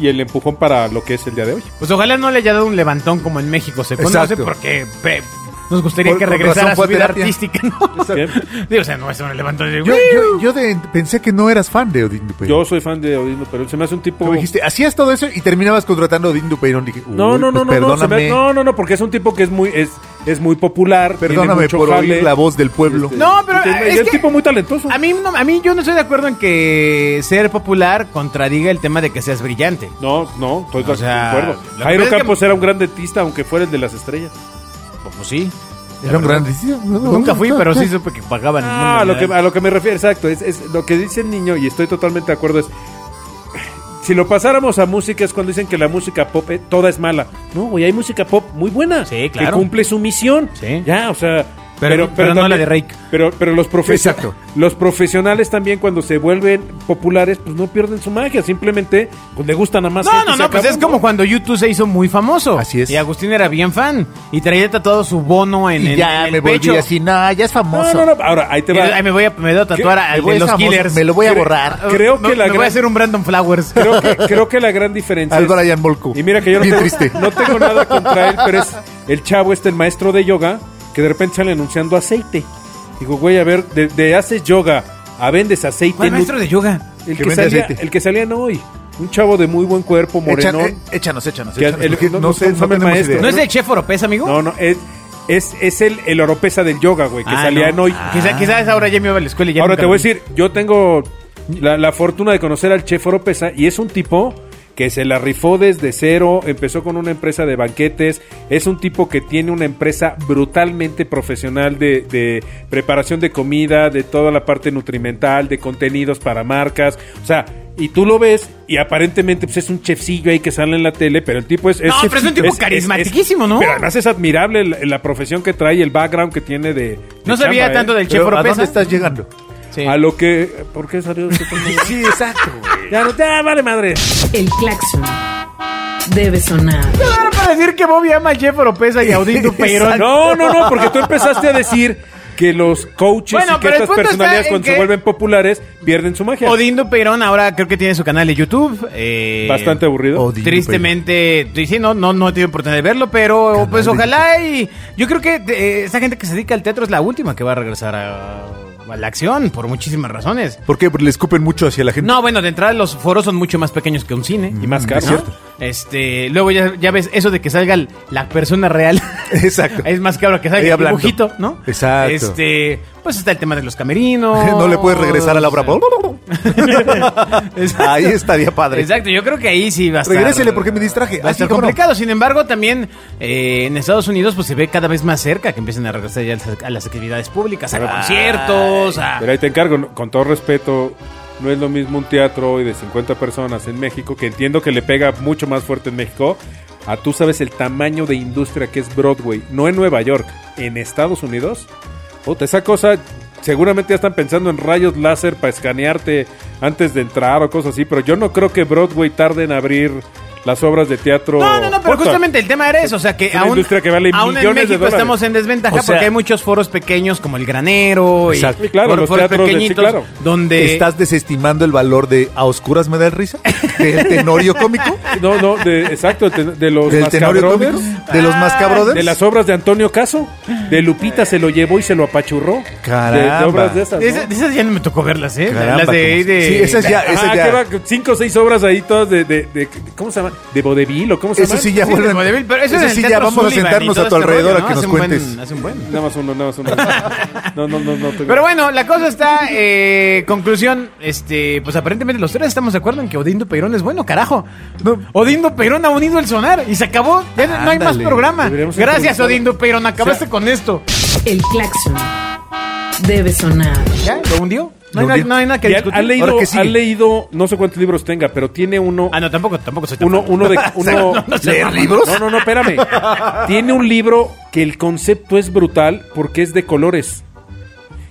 [SPEAKER 3] y el empujón para lo que es el día de hoy.
[SPEAKER 4] Pues ojalá no le haya dado un levantón como en México, se conoce,
[SPEAKER 2] Exacto.
[SPEAKER 4] porque pe, nos gustaría
[SPEAKER 2] Por-
[SPEAKER 4] que
[SPEAKER 2] con
[SPEAKER 4] regresara
[SPEAKER 2] razón
[SPEAKER 4] a su
[SPEAKER 2] fue a
[SPEAKER 4] vida
[SPEAKER 2] terapia.
[SPEAKER 4] artística, ¿no?
[SPEAKER 3] Bien.
[SPEAKER 4] Digo, o sea, no es un levantón de...
[SPEAKER 2] Yo, yo, yo de- pensé que no eras fan de Odín Dupeirón.
[SPEAKER 3] Yo soy fan de Odín pero se me hace un tipo...
[SPEAKER 2] Como dijiste, hacías todo eso y terminabas contratando a Odín Dupeirón. Dije, uy,
[SPEAKER 3] No, no,
[SPEAKER 2] pues
[SPEAKER 3] no, no, no, se
[SPEAKER 2] perdóname,
[SPEAKER 3] me- no, no, no, porque es un tipo que es muy, es, es muy popular. tiene
[SPEAKER 2] perdóname
[SPEAKER 3] mucho
[SPEAKER 2] por
[SPEAKER 3] jale.
[SPEAKER 2] oír la voz del pueblo.
[SPEAKER 3] Este,
[SPEAKER 4] No, pero,
[SPEAKER 3] y tiene-
[SPEAKER 4] eh,
[SPEAKER 3] y
[SPEAKER 4] es
[SPEAKER 3] es
[SPEAKER 4] que-
[SPEAKER 3] tipo muy talentoso.
[SPEAKER 4] A mí, no, a mí yo no estoy de acuerdo en que ser popular contradiga el tema de que seas brillante.
[SPEAKER 3] No, no, estoy
[SPEAKER 4] O sea,
[SPEAKER 3] de acuerdo.
[SPEAKER 4] lo
[SPEAKER 3] Jairo
[SPEAKER 4] que pasa es que-
[SPEAKER 3] Campos era un gran dentista, aunque fuera el de las estrellas.
[SPEAKER 4] Pues sí.
[SPEAKER 2] Era un gran...
[SPEAKER 4] Nunca fui, pero sí supe que pagaban.
[SPEAKER 3] Ah, a
[SPEAKER 4] muy
[SPEAKER 3] lo que,
[SPEAKER 4] bien.
[SPEAKER 3] a lo que me refiero, exacto. Es, es lo que dice el niño, y estoy totalmente de acuerdo, es... Si lo pasáramos a música es cuando dicen que la música pop eh, toda es mala. No, güey, hay música pop muy buena.
[SPEAKER 4] Sí, claro.
[SPEAKER 3] Que cumple su misión.
[SPEAKER 4] Sí.
[SPEAKER 3] Ya, o sea...
[SPEAKER 4] Pero- pero no la de Rake.
[SPEAKER 3] Pero, pero los, profe-
[SPEAKER 2] Exacto.
[SPEAKER 3] los profesionales también cuando se vuelven populares, pues no pierden su magia. Simplemente pues, le gustan a más
[SPEAKER 4] No,
[SPEAKER 3] gente y
[SPEAKER 4] no,
[SPEAKER 3] se
[SPEAKER 4] no, pues
[SPEAKER 3] acabó.
[SPEAKER 4] es como cuando YouTube se hizo muy famoso.
[SPEAKER 2] Así es.
[SPEAKER 4] Y Agustín era bien fan. Y traía tatuado su bono en,
[SPEAKER 2] Y
[SPEAKER 4] en-
[SPEAKER 2] ya
[SPEAKER 4] en el
[SPEAKER 2] me volví
[SPEAKER 4] pecho.
[SPEAKER 2] así, no, ya es famoso.
[SPEAKER 3] No, no, no. Ahora, ahí te
[SPEAKER 4] Y
[SPEAKER 3] va.
[SPEAKER 4] ahí me voy a, me voy a tatuar
[SPEAKER 3] ¿Qué?
[SPEAKER 4] a-
[SPEAKER 2] Me
[SPEAKER 4] al
[SPEAKER 2] voy
[SPEAKER 4] de
[SPEAKER 2] a
[SPEAKER 4] los
[SPEAKER 2] famoso,
[SPEAKER 4] killers.
[SPEAKER 2] me lo voy a
[SPEAKER 4] Cre-
[SPEAKER 2] borrar.
[SPEAKER 3] Creo
[SPEAKER 4] me-
[SPEAKER 3] que la
[SPEAKER 4] me voy a
[SPEAKER 3] gran-
[SPEAKER 4] hacer un Brandon Flowers.
[SPEAKER 3] Creo que, creo que la gran diferencia
[SPEAKER 2] Al
[SPEAKER 3] es-
[SPEAKER 2] Brian Molko.
[SPEAKER 3] Y mira que yo no
[SPEAKER 2] Bien
[SPEAKER 3] tengo,
[SPEAKER 2] triste.
[SPEAKER 3] no tengo nada contra él, pero es el chavo este, el maestro de yoga, que de repente sale anunciando aceite. Digo, güey, a ver, de, de haces yoga a vendes aceite.
[SPEAKER 4] ¿Cuál
[SPEAKER 3] nu-
[SPEAKER 4] maestro de yoga?
[SPEAKER 3] el,
[SPEAKER 2] que
[SPEAKER 3] que
[SPEAKER 2] vende
[SPEAKER 3] salía,
[SPEAKER 2] aceite?
[SPEAKER 3] el que salía no hoy. Un chavo de muy buen cuerpo,
[SPEAKER 2] Echa-
[SPEAKER 3] morenón.
[SPEAKER 2] eh, échanos, échanos,
[SPEAKER 3] Que
[SPEAKER 2] échanos,
[SPEAKER 3] el-
[SPEAKER 2] porque
[SPEAKER 3] no-
[SPEAKER 2] no,
[SPEAKER 3] no
[SPEAKER 2] sé, no
[SPEAKER 3] sabe el
[SPEAKER 2] tenemos
[SPEAKER 3] maestro.
[SPEAKER 2] idea.
[SPEAKER 4] ¿No es el chef Oropés, amigo?
[SPEAKER 3] no, no, es, es, es el, el oropesa del yoga, güey, que
[SPEAKER 4] Ah,
[SPEAKER 3] salía
[SPEAKER 4] no.
[SPEAKER 3] en hoy.
[SPEAKER 4] Quizá- quizás ahora ya me iba a la escuela y ya
[SPEAKER 3] Ahora te
[SPEAKER 4] nunca lo
[SPEAKER 3] voy a
[SPEAKER 4] vi.
[SPEAKER 3] decir, yo tengo la, la fortuna de conocer al chef Oropesa y es un tipo que se la rifó desde cero, empezó con una empresa de banquetes, es un tipo que tiene una empresa brutalmente profesional de, de preparación de comida, de toda la parte nutrimental, de contenidos para marcas, o sea, y tú lo ves y aparentemente pues, es un chefcillo ahí que sale en la tele, pero el tipo es...
[SPEAKER 4] No, pero es un tipo carismatiquísimo, ¿no?
[SPEAKER 3] Pero además es admirable la, la profesión que trae, el background que tiene de... de
[SPEAKER 4] No sabía
[SPEAKER 3] chamba, ¿eh?
[SPEAKER 4] tanto del chef
[SPEAKER 2] Pero, ¿A
[SPEAKER 4] Oropesa.
[SPEAKER 2] dónde estás llegando?
[SPEAKER 4] Sí.
[SPEAKER 3] A lo que... ¿Por qué salió? ese tema?
[SPEAKER 2] Sí, exacto.
[SPEAKER 3] Ya no te vale madre.
[SPEAKER 1] El claxon debe sonar.
[SPEAKER 4] Era para decir que Bobby ama a Jeff Oropesa y a Audito Peirón.
[SPEAKER 3] No, no, no, porque tú empezaste a decir que los coaches
[SPEAKER 4] Bueno,
[SPEAKER 3] y que
[SPEAKER 4] pero el
[SPEAKER 3] estas
[SPEAKER 4] punto está
[SPEAKER 3] personalidades
[SPEAKER 4] en
[SPEAKER 3] cuando
[SPEAKER 4] que-
[SPEAKER 3] se vuelven populares pierden su magia.
[SPEAKER 4] Odindo Peirón ahora creo que tiene su canal de YouTube. eh,
[SPEAKER 3] Bastante aburrido.
[SPEAKER 2] Odi-
[SPEAKER 4] Tristemente, sí, no, no, no he tenido oportunidad de verlo, pero pues
[SPEAKER 2] de
[SPEAKER 4] ojalá y yo creo que eh, esa gente que se dedica al teatro es la última que va a regresar a, a la acción por muchísimas razones.
[SPEAKER 2] ¿Por qué? Porque le escupen mucho hacia la gente.
[SPEAKER 4] No, bueno, de entrada los foros son mucho más pequeños que un cine.
[SPEAKER 3] y más
[SPEAKER 2] Mm,
[SPEAKER 3] caro.
[SPEAKER 2] es cierto.
[SPEAKER 4] Este, luego ya, ya ves eso de que salga l- la persona real.
[SPEAKER 2] Exacto.
[SPEAKER 4] es más cabra que salga
[SPEAKER 2] Ahí
[SPEAKER 4] el
[SPEAKER 2] hablando.
[SPEAKER 4] dibujito, ¿no?
[SPEAKER 2] Exacto.
[SPEAKER 4] Este, pues está el tema de los camerinos.
[SPEAKER 2] No le puedes regresar a la obra.
[SPEAKER 4] Oh, Exacto.
[SPEAKER 2] Ahí estaría padre.
[SPEAKER 4] Exacto, yo creo que ahí sí va a estar.
[SPEAKER 2] Regrésele, porque me distraje.
[SPEAKER 4] Va a
[SPEAKER 2] Ah,
[SPEAKER 4] estar
[SPEAKER 2] sí, cómo no.
[SPEAKER 4] complicado. Sin embargo, también eh, en Estados Unidos pues se ve cada vez más cerca que empiecen a regresar ya a las- a las actividades públicas, a
[SPEAKER 3] Ay.
[SPEAKER 4] conciertos, a.
[SPEAKER 3] Pero ahí te encargo, no- con todo respeto, no es lo mismo un teatro hoy de 50 personas en México, que entiendo que le pega mucho más fuerte en México, a tú sabes el tamaño de industria que es Broadway, no en Nueva York, en Estados Unidos. Puta, esa cosa, seguramente ya están pensando en rayos láser para escanearte antes de entrar o cosas así, pero yo no creo que Broadway tarde en abrir las obras de teatro.
[SPEAKER 4] No, no, no, pero
[SPEAKER 3] Puta,
[SPEAKER 4] justamente el tema era eso, o sea que
[SPEAKER 3] Es una
[SPEAKER 4] aún,
[SPEAKER 3] industria que vale
[SPEAKER 4] aún en
[SPEAKER 3] millones de
[SPEAKER 4] México
[SPEAKER 3] dólares.
[SPEAKER 4] estamos en desventaja
[SPEAKER 2] O sea-
[SPEAKER 4] porque hay muchos foros pequeños como el Granero y,
[SPEAKER 2] Exacto.
[SPEAKER 3] Sí, claro,
[SPEAKER 4] foros-
[SPEAKER 3] los
[SPEAKER 4] foros
[SPEAKER 3] teatros de- sí,
[SPEAKER 4] pequeñitos
[SPEAKER 3] claro.
[SPEAKER 4] donde
[SPEAKER 2] ¿Estás desestimando el valor de A Oscuras me da risa? ¿Del tenorio cómico?
[SPEAKER 3] No, no, de- exacto, de, de los
[SPEAKER 2] ¿Del tenorio cómico?
[SPEAKER 3] Mascabrothers.
[SPEAKER 2] ¿De los
[SPEAKER 4] Ah,
[SPEAKER 2] más cabrones?
[SPEAKER 3] De las obras de Antonio Caso. De Lupita se lo llevó y se lo apachurró.
[SPEAKER 2] Caramba.
[SPEAKER 3] De, de obras de esas.
[SPEAKER 4] de
[SPEAKER 3] ¿no?
[SPEAKER 4] esas, de esas ya no me tocó verlas, eh,
[SPEAKER 2] Caramba,
[SPEAKER 4] las de,
[SPEAKER 2] cómo-
[SPEAKER 4] de-
[SPEAKER 2] Sí, esas ya, esas
[SPEAKER 3] Ah,
[SPEAKER 2] ya.
[SPEAKER 3] que va, cinco o seis obras ahí todas de, de, de- ¿cómo se llama? De vodevil o cómo se
[SPEAKER 2] Eso
[SPEAKER 3] llama.
[SPEAKER 2] sí ya
[SPEAKER 4] Sí, de
[SPEAKER 2] vuelven.
[SPEAKER 4] Vodevil, pero
[SPEAKER 2] eso
[SPEAKER 4] eso es en el
[SPEAKER 2] sí ya
[SPEAKER 4] Teatro
[SPEAKER 2] vamos a
[SPEAKER 4] Sullivan y
[SPEAKER 2] sentarnos
[SPEAKER 4] todo
[SPEAKER 2] a tu
[SPEAKER 4] este
[SPEAKER 2] alrededor
[SPEAKER 4] rollo,
[SPEAKER 2] a que
[SPEAKER 4] ¿no?
[SPEAKER 2] nos
[SPEAKER 4] Hace un buen-
[SPEAKER 2] cuentes.
[SPEAKER 4] hace un buen.
[SPEAKER 3] Nada más uno, nada más uno. No, no, no, no. tengo-
[SPEAKER 4] Pero bueno, la cosa está, eh, conclusión, este, pues aparentemente los tres estamos de acuerdo en que Odindo Peirón es bueno, carajo.
[SPEAKER 2] No.
[SPEAKER 4] Odindo Peirón ha unido el sonar y se acabó, ya no- no hay más
[SPEAKER 2] Ándale,
[SPEAKER 4] programa.
[SPEAKER 3] deberíamos
[SPEAKER 4] Gracias
[SPEAKER 3] improvisar.
[SPEAKER 4] Odindo Peirón, acabaste con esto.
[SPEAKER 1] El claxon debe sonar.
[SPEAKER 4] ¿Ya? ¿Lo hundió?
[SPEAKER 2] Lo
[SPEAKER 4] No, hay, nada-
[SPEAKER 2] hundió.
[SPEAKER 4] no hay nada que
[SPEAKER 3] Ya
[SPEAKER 4] discutir.
[SPEAKER 3] ha leído,
[SPEAKER 2] Ahora que sigue.
[SPEAKER 3] ha leído, no sé cuántos libros tenga, pero tiene uno,
[SPEAKER 4] Ah, no, tampoco, tampoco soy tan
[SPEAKER 3] uno,
[SPEAKER 4] fan.
[SPEAKER 3] uno de, uno,
[SPEAKER 2] ¿Leer libros?
[SPEAKER 3] No, no, no, espérame. Tiene un libro que el concepto es brutal porque es de colores.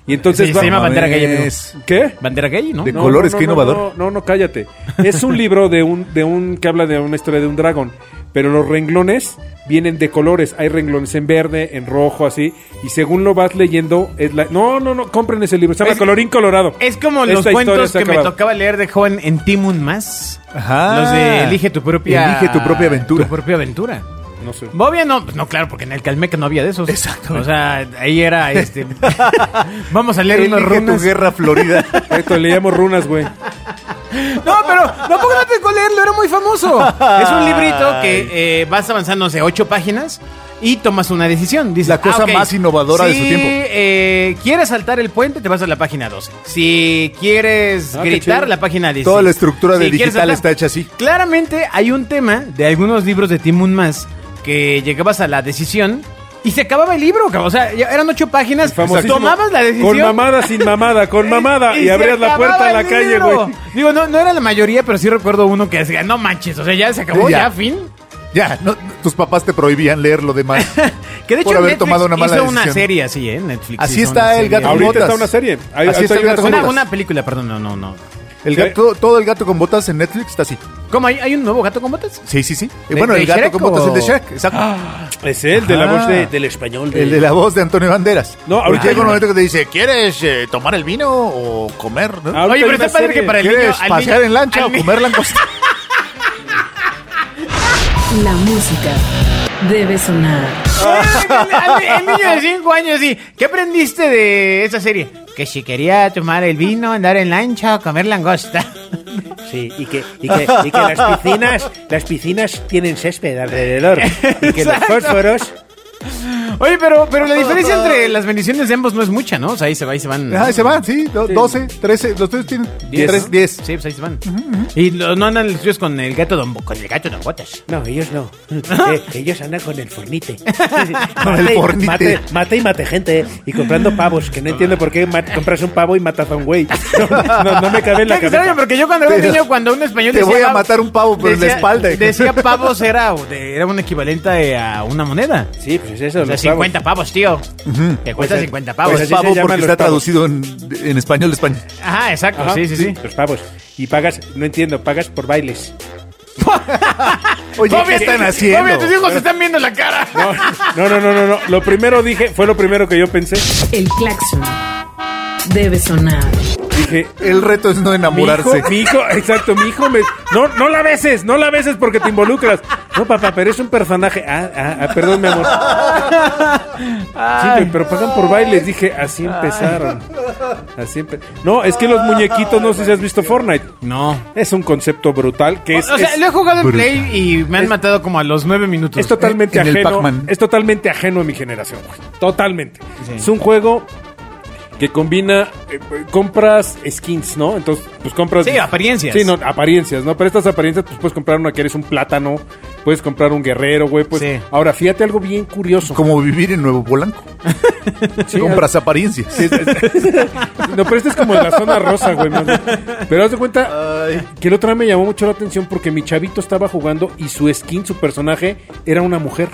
[SPEAKER 3] Y entonces
[SPEAKER 4] Sí, se llama Bandera Gay, amigo.
[SPEAKER 2] Es-
[SPEAKER 3] ¿Qué?
[SPEAKER 4] Bandera gay, ¿no?
[SPEAKER 2] De- colores, qué innovador.
[SPEAKER 3] No, no, no, cállate. Es un libro de un, de un que habla de una historia de un dragón, pero los renglones vienen de colores. Hay renglones en verde, en rojo, así, y según lo vas leyendo es la. No, no, no. Compren ese libro. Se llama
[SPEAKER 4] Es-
[SPEAKER 3] Colorín Colorado.
[SPEAKER 4] Es como
[SPEAKER 3] Esta
[SPEAKER 4] los
[SPEAKER 3] historia
[SPEAKER 4] cuentos
[SPEAKER 3] se ha
[SPEAKER 4] que me
[SPEAKER 3] acabado.
[SPEAKER 4] tocaba leer de joven en Timun Más.
[SPEAKER 2] Ajá.
[SPEAKER 4] Los de Elige tu propia...
[SPEAKER 2] Elige tu propia aventura.
[SPEAKER 4] Tu propia aventura.
[SPEAKER 3] No sé.
[SPEAKER 4] Bobia no, pues no, claro, porque en el Calmeca no había de esos. Exacto. O sea, ahí era este. Vamos a leer unos
[SPEAKER 2] Elige tu
[SPEAKER 4] runas.
[SPEAKER 2] guerra florida.
[SPEAKER 3] Esto le llamo runas, güey.
[SPEAKER 4] No, pero tampoco no te con leerlo, era muy famoso. Es un librito que eh, vas avanzando, no sé, ocho páginas y tomas una decisión. Dices, "Ah,
[SPEAKER 2] La cosa
[SPEAKER 4] ok,
[SPEAKER 2] más innovadora de su tiempo.
[SPEAKER 4] Si eh, quieres saltar el puente, te vas a la página 12. Si quieres
[SPEAKER 3] Ah, qué
[SPEAKER 4] gritar,
[SPEAKER 3] chido.
[SPEAKER 4] la página 10.
[SPEAKER 2] Toda la estructura de digital está hecha así.
[SPEAKER 4] Claramente hay un tema de algunos libros de Timun Más que llegabas a la decisión y se acababa el libro, cabrón. O sea, ya eran ocho páginas.
[SPEAKER 3] Famosísimo.
[SPEAKER 4] Tomabas la decisión.
[SPEAKER 3] Con mamada, sin mamada, con mamada. y
[SPEAKER 4] se
[SPEAKER 3] abrías la
[SPEAKER 4] acababa
[SPEAKER 3] puerta a la
[SPEAKER 4] el
[SPEAKER 3] calle,
[SPEAKER 4] libro.
[SPEAKER 3] güey.
[SPEAKER 4] Digo, no, no era la mayoría, pero sí recuerdo uno que decía, no manches, o sea, ya se acabó, ya,
[SPEAKER 2] Ya.
[SPEAKER 4] fin.
[SPEAKER 2] Ya, no, tus papás te prohibían leer lo demás.
[SPEAKER 4] Que de hecho
[SPEAKER 2] Por haber
[SPEAKER 4] Netflix
[SPEAKER 2] tomado una mala
[SPEAKER 4] hizo una
[SPEAKER 2] decisión.
[SPEAKER 4] serie así, ¿eh? Netflix
[SPEAKER 2] Así
[SPEAKER 4] hizo
[SPEAKER 2] está
[SPEAKER 4] una
[SPEAKER 2] el
[SPEAKER 4] serie.
[SPEAKER 2] gato con
[SPEAKER 3] Ahorita
[SPEAKER 2] botas.
[SPEAKER 3] está una serie. Ahí-
[SPEAKER 2] Así
[SPEAKER 3] ahorita
[SPEAKER 2] está
[SPEAKER 3] hay
[SPEAKER 2] el
[SPEAKER 3] una
[SPEAKER 2] gato con
[SPEAKER 3] serie.
[SPEAKER 4] Una,
[SPEAKER 2] botas.
[SPEAKER 4] una película, perdón, no, no, no.
[SPEAKER 2] El
[SPEAKER 3] Sí.
[SPEAKER 2] gato, todo el gato con botas en Netflix está así.
[SPEAKER 4] ¿Cómo? ¿Hay, hay un nuevo gato con botas?
[SPEAKER 2] Sí, sí, sí. Y
[SPEAKER 4] ¿De-
[SPEAKER 2] bueno,
[SPEAKER 4] de
[SPEAKER 2] el gato
[SPEAKER 4] Shrek
[SPEAKER 2] con botas, el de
[SPEAKER 4] o-
[SPEAKER 2] Shrek, exacto.
[SPEAKER 3] Es el de la
[SPEAKER 4] Ah.
[SPEAKER 2] Ajá.
[SPEAKER 3] voz de. de-
[SPEAKER 5] Del español.
[SPEAKER 2] Ah. El de la voz de Antonio Banderas.
[SPEAKER 3] No, ahorita
[SPEAKER 2] Porque
[SPEAKER 3] hay
[SPEAKER 2] llega un
[SPEAKER 3] una-
[SPEAKER 2] momento que te dice, ¿quieres eh, tomar el vino o comer? no?
[SPEAKER 3] Ah, Ahorita
[SPEAKER 4] Oye, pero
[SPEAKER 3] hay una
[SPEAKER 4] está padre
[SPEAKER 3] serie.
[SPEAKER 4] que para el niño...
[SPEAKER 2] ¿Quieres
[SPEAKER 4] al
[SPEAKER 2] pasear
[SPEAKER 4] niño-
[SPEAKER 2] en lancha
[SPEAKER 4] al
[SPEAKER 2] o
[SPEAKER 4] ni-
[SPEAKER 2] comer langosta?
[SPEAKER 1] La música debe sonar.
[SPEAKER 4] Al- El niño de 5 años, sí. ¿Qué aprendiste de esa serie? Que si quería tomar el vino, andar en lancha o comer langosta.
[SPEAKER 5] Sí, y que, y que, y que las piscinas, las piscinas tienen césped alrededor. Y que los
[SPEAKER 4] Exacto.
[SPEAKER 5] fósforos.
[SPEAKER 4] Oye, pero, pero la diferencia entre las bendiciones de ambos no es mucha, ¿no? O sea, ahí se va, ahí se van.
[SPEAKER 2] Ah, se van, sí, do- 12, 13, los tuyos tienen
[SPEAKER 3] Diez,
[SPEAKER 2] 3,
[SPEAKER 3] ¿no?
[SPEAKER 2] 10.
[SPEAKER 4] Sí, pues ahí se van. Y lo- no andan los tuyos con el gato don, con el gato don botas.
[SPEAKER 5] No, ellos no. Eh, ellos andan con el fornite.
[SPEAKER 2] Con el fornite.
[SPEAKER 5] Mate, mate y mate gente. eh, Y comprando pavos, que no entiendo por qué ma- compras un pavo y matas a un güey. No, no, no me cabe en la
[SPEAKER 4] Está extraño
[SPEAKER 5] cabeza.
[SPEAKER 4] porque yo cuando era
[SPEAKER 2] Te-
[SPEAKER 4] niño, cuando un español
[SPEAKER 2] te voy a matar un pavo por la espalda.
[SPEAKER 4] Decía pavos era, era un equivalente a una moneda.
[SPEAKER 5] Sí, pues es eso.
[SPEAKER 4] O sea,
[SPEAKER 5] los pavos.
[SPEAKER 4] 50 pavos, tío. Te cuesta
[SPEAKER 5] Pues,
[SPEAKER 4] 50
[SPEAKER 5] Ah,
[SPEAKER 4] pavos.
[SPEAKER 5] pues
[SPEAKER 2] es
[SPEAKER 5] así se
[SPEAKER 2] pavo
[SPEAKER 5] llaman
[SPEAKER 2] porque
[SPEAKER 5] los
[SPEAKER 2] está
[SPEAKER 5] pavos.
[SPEAKER 2] traducido en, en español de España.
[SPEAKER 4] Ajá, exacto.
[SPEAKER 3] Ajá,
[SPEAKER 4] sí, sí, sí.
[SPEAKER 5] Los pavos. Y pagas, no entiendo, pagas por bailes.
[SPEAKER 2] Oye, ¿qué
[SPEAKER 4] Bobby,
[SPEAKER 2] están
[SPEAKER 4] tus-
[SPEAKER 2] haciendo?
[SPEAKER 4] Bobby, tus hijos están viendo la cara.
[SPEAKER 3] No, no, no, no, no. Lo primero dije, fue lo primero que yo pensé.
[SPEAKER 1] El claxon debe sonar.
[SPEAKER 3] Dije,
[SPEAKER 2] El reto es no
[SPEAKER 3] mi hijo,
[SPEAKER 2] enamorarse.
[SPEAKER 3] mi hijo, exacto, mi hijo me. No, no la beses, no la beses porque te involucras. No, papá, pero es un personaje. Ah, ah, ah, perdón, mi amor. Sí, pero pagan por bailes. Dije, así empezaron. Así empe- No, es que los muñequitos, no sé si has visto Fortnite.
[SPEAKER 4] No.
[SPEAKER 3] Es un concepto brutal que es.
[SPEAKER 4] o sea,
[SPEAKER 3] es-
[SPEAKER 4] lo he jugado en
[SPEAKER 2] brutal.
[SPEAKER 4] Play y me han matado como a los nueve minutos.
[SPEAKER 3] Es totalmente
[SPEAKER 2] ¿eh? En el
[SPEAKER 3] ajeno.
[SPEAKER 2] Pac-Man.
[SPEAKER 3] Es totalmente ajeno a mi generación, güey. Totalmente. Es un juego que combina. eh, eh, compras skins, ¿no? Entonces, pues compras.
[SPEAKER 4] Sí, apariencias.
[SPEAKER 3] Sí, no, apariencias, ¿no? Pero estas apariencias, pues puedes comprar una que eres un plátano. Puedes comprar un guerrero, güey. Pues,
[SPEAKER 4] Sí.
[SPEAKER 3] Ahora, fíjate algo bien curioso.
[SPEAKER 2] Como vivir en Nuevo Polanco.
[SPEAKER 3] Sí,
[SPEAKER 2] Compras apariencias.
[SPEAKER 3] Sí, es- es- no, pero este es como de la zona rosa, güey. más bien. Pero haz de cuenta que el otro día me llamó mucho la atención porque mi chavito estaba jugando y su skin, su personaje, era una mujer.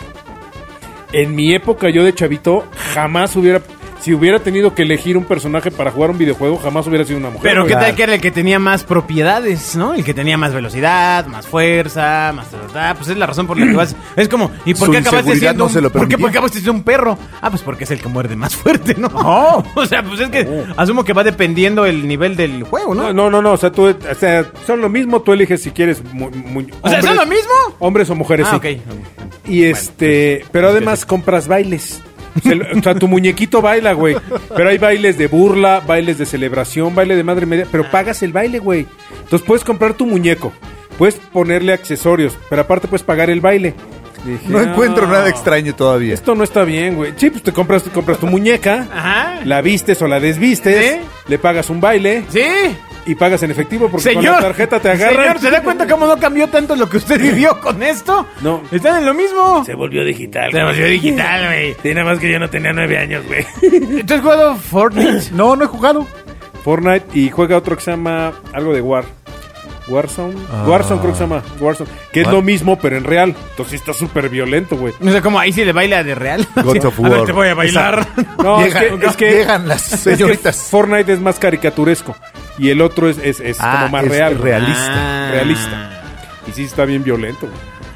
[SPEAKER 3] En mi época, yo de chavito, jamás hubiera. Si hubiera tenido que elegir un personaje para jugar un videojuego, jamás hubiera sido una mujer.
[SPEAKER 4] Pero
[SPEAKER 3] güey.
[SPEAKER 4] qué tal que era el que tenía más propiedades, ¿no? El que tenía más velocidad, más fuerza, más... Ah, Pues es la razón por la que vas... Es como, ¿y por
[SPEAKER 2] Su
[SPEAKER 4] qué acabaste
[SPEAKER 2] inseguridad
[SPEAKER 4] siendo
[SPEAKER 2] no
[SPEAKER 4] un,
[SPEAKER 2] se lo
[SPEAKER 4] ¿por qué,
[SPEAKER 2] permitía.
[SPEAKER 4] por qué acabaste siendo un perro? Ah, pues porque es el que muerde más fuerte, ¿no? No. O sea, pues es que asumo que va dependiendo el nivel del juego, ¿no?
[SPEAKER 3] No, no, no, no, o sea, tú, o sea, son lo mismo, tú eliges si quieres... mu- mu-
[SPEAKER 4] O sea, ¿son
[SPEAKER 3] hombres-
[SPEAKER 4] lo mismo?
[SPEAKER 3] Hombres o mujeres,
[SPEAKER 4] Ah,
[SPEAKER 3] sí.
[SPEAKER 4] ok.
[SPEAKER 3] Y
[SPEAKER 4] pues,
[SPEAKER 3] este, pero además compras bailes. O sea, el- o sea, tu muñequito baila, güey. Pero hay bailes de burla, bailes de celebración, baile de madre media.
[SPEAKER 4] Ah.
[SPEAKER 3] Pero pagas el baile, güey. Entonces puedes comprar tu muñeco. Puedes ponerle accesorios. Pero aparte puedes pagar el baile. Dije,
[SPEAKER 2] No encuentro nada
[SPEAKER 3] extraño.
[SPEAKER 2] extraño todavía.
[SPEAKER 3] Esto no está bien, güey. Sí, pues te compras, te compras tu muñeca.
[SPEAKER 4] Ajá.
[SPEAKER 3] La vistes o la desvistes.
[SPEAKER 4] ¿Sí?
[SPEAKER 3] Le pagas un baile.
[SPEAKER 4] Sí.
[SPEAKER 3] Y pagas en efectivo porque
[SPEAKER 4] Señor,
[SPEAKER 3] con la tarjeta te agarran.
[SPEAKER 4] Señor, ¿se da cuenta cómo no cambió tanto lo que usted vivió con esto?
[SPEAKER 3] No.
[SPEAKER 4] Están en lo mismo.
[SPEAKER 5] Se volvió digital.
[SPEAKER 4] Se
[SPEAKER 5] güey.
[SPEAKER 4] volvió digital, güey.
[SPEAKER 5] Sí, nada más que yo no tenía nueve años, güey.
[SPEAKER 4] ¿Tú has jugado Fortnite?
[SPEAKER 2] No, no he jugado.
[SPEAKER 3] Fortnite y juega otro que se llama algo de War. Warzone.
[SPEAKER 2] Ah.
[SPEAKER 3] Warzone creo que se llama. Warzone. Que es
[SPEAKER 2] What?
[SPEAKER 3] lo mismo, pero en real. Entonces está súper violento, güey.
[SPEAKER 4] No sé cómo ahí sí le baila de real.
[SPEAKER 2] Gods
[SPEAKER 4] Sí.
[SPEAKER 2] of
[SPEAKER 4] A ver,
[SPEAKER 2] War.
[SPEAKER 4] te voy a bailar.
[SPEAKER 3] No, es
[SPEAKER 2] Llegan-
[SPEAKER 3] que, es que-
[SPEAKER 2] llegan las
[SPEAKER 3] es que
[SPEAKER 2] señoritas.
[SPEAKER 3] Fortnite es más caricaturesco. Y el otro es, es, es
[SPEAKER 2] Ah,
[SPEAKER 3] como más
[SPEAKER 2] es
[SPEAKER 3] real.
[SPEAKER 2] realista.
[SPEAKER 4] Ah.
[SPEAKER 3] Realista. Y sí está bien violento, güey.